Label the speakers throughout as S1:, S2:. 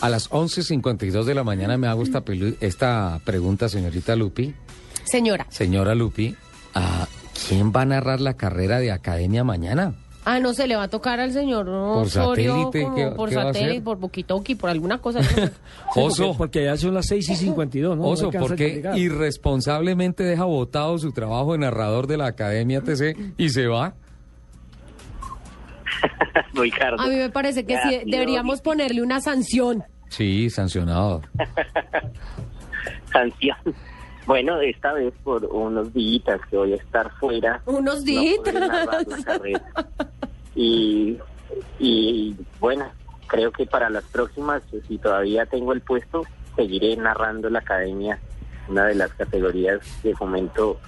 S1: A las 11.52 de la mañana me hago esta, pelu- esta pregunta, señorita Lupi.
S2: Señora.
S1: Señora Lupi, ¿a ¿quién va a narrar la carrera de academia mañana?
S2: Ah, no se le va a tocar al señor
S1: Por
S2: Osorio
S1: satélite,
S2: como
S1: ¿qué-
S2: por
S1: qué va a hacer?
S2: satélite, por boquitoki, por alguna cosa. yo no sé.
S1: Oso,
S3: Porque, porque ya son las 6 y 52, ¿no? No
S1: Oso,
S3: alcanza
S1: ¿por
S3: el
S1: qué
S3: comunicado.
S1: irresponsablemente deja votado su trabajo de narrador de la academia TC y se va?
S4: Ricardo.
S2: a mí me parece que
S4: Ya,
S2: sí,
S4: tío,
S2: deberíamos ponerle una sanción.
S1: Sí, sancionado.
S4: Sanción. Bueno, esta vez por unos días que voy a estar fuera.
S2: Unos
S4: no
S2: días.
S4: podré narrar la carrera. y, y bueno, creo que para las próximas, si todavía tengo el puesto, seguiré narrando la academia, una de las categorías de fomento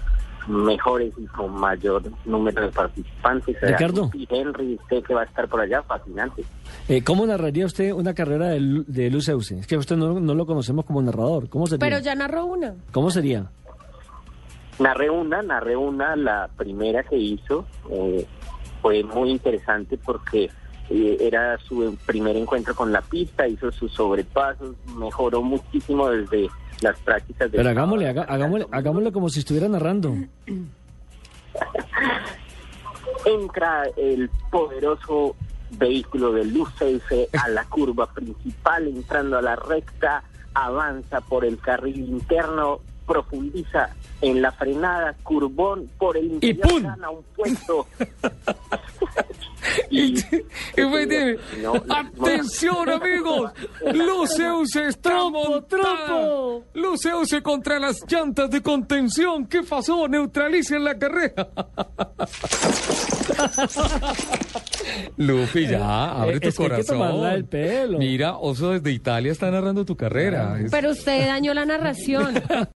S4: mejores y con mayor número de participantes.
S3: Ricardo.
S4: Y Henry, usted que va a estar por allá, fascinante.
S3: Eh, ¿Cómo narraría usted una carrera de, Lu- de Luz Euse? Es que usted no, no lo conocemos como narrador. ¿Cómo sería?
S2: Pero ya narró una.
S3: ¿Cómo sería?
S4: Narré una, narré una, la primera que hizo eh, fue muy interesante porque eh, era su primer encuentro con la pista, hizo sus sobrepasos, mejoró muchísimo desde las prácticas. De
S3: Pero hagámosle, haga- hagámosle, hagámosle como si estuviera narrando.
S4: Entra el poderoso vehículo de luz F a la curva principal, entrando a la recta, avanza por el carril interno, profundiza en la frenada, curbón por el interior,
S1: ¡pum!
S4: gana un puesto. Y-
S1: Y fue de-
S4: No, no.
S1: ¡Atención, amigos! Luceus se está montada. Luceus se contra las llantas de contención. ¿Qué pasó? Neutralicen la carrera. Lupi, ya, abre
S3: Eh,
S1: tu
S3: es que hay que
S1: corazón.
S3: tomarla del pelo.
S1: Mira, Oso desde Italia está narrando tu carrera. Es-
S2: Pero usted dañó la narración.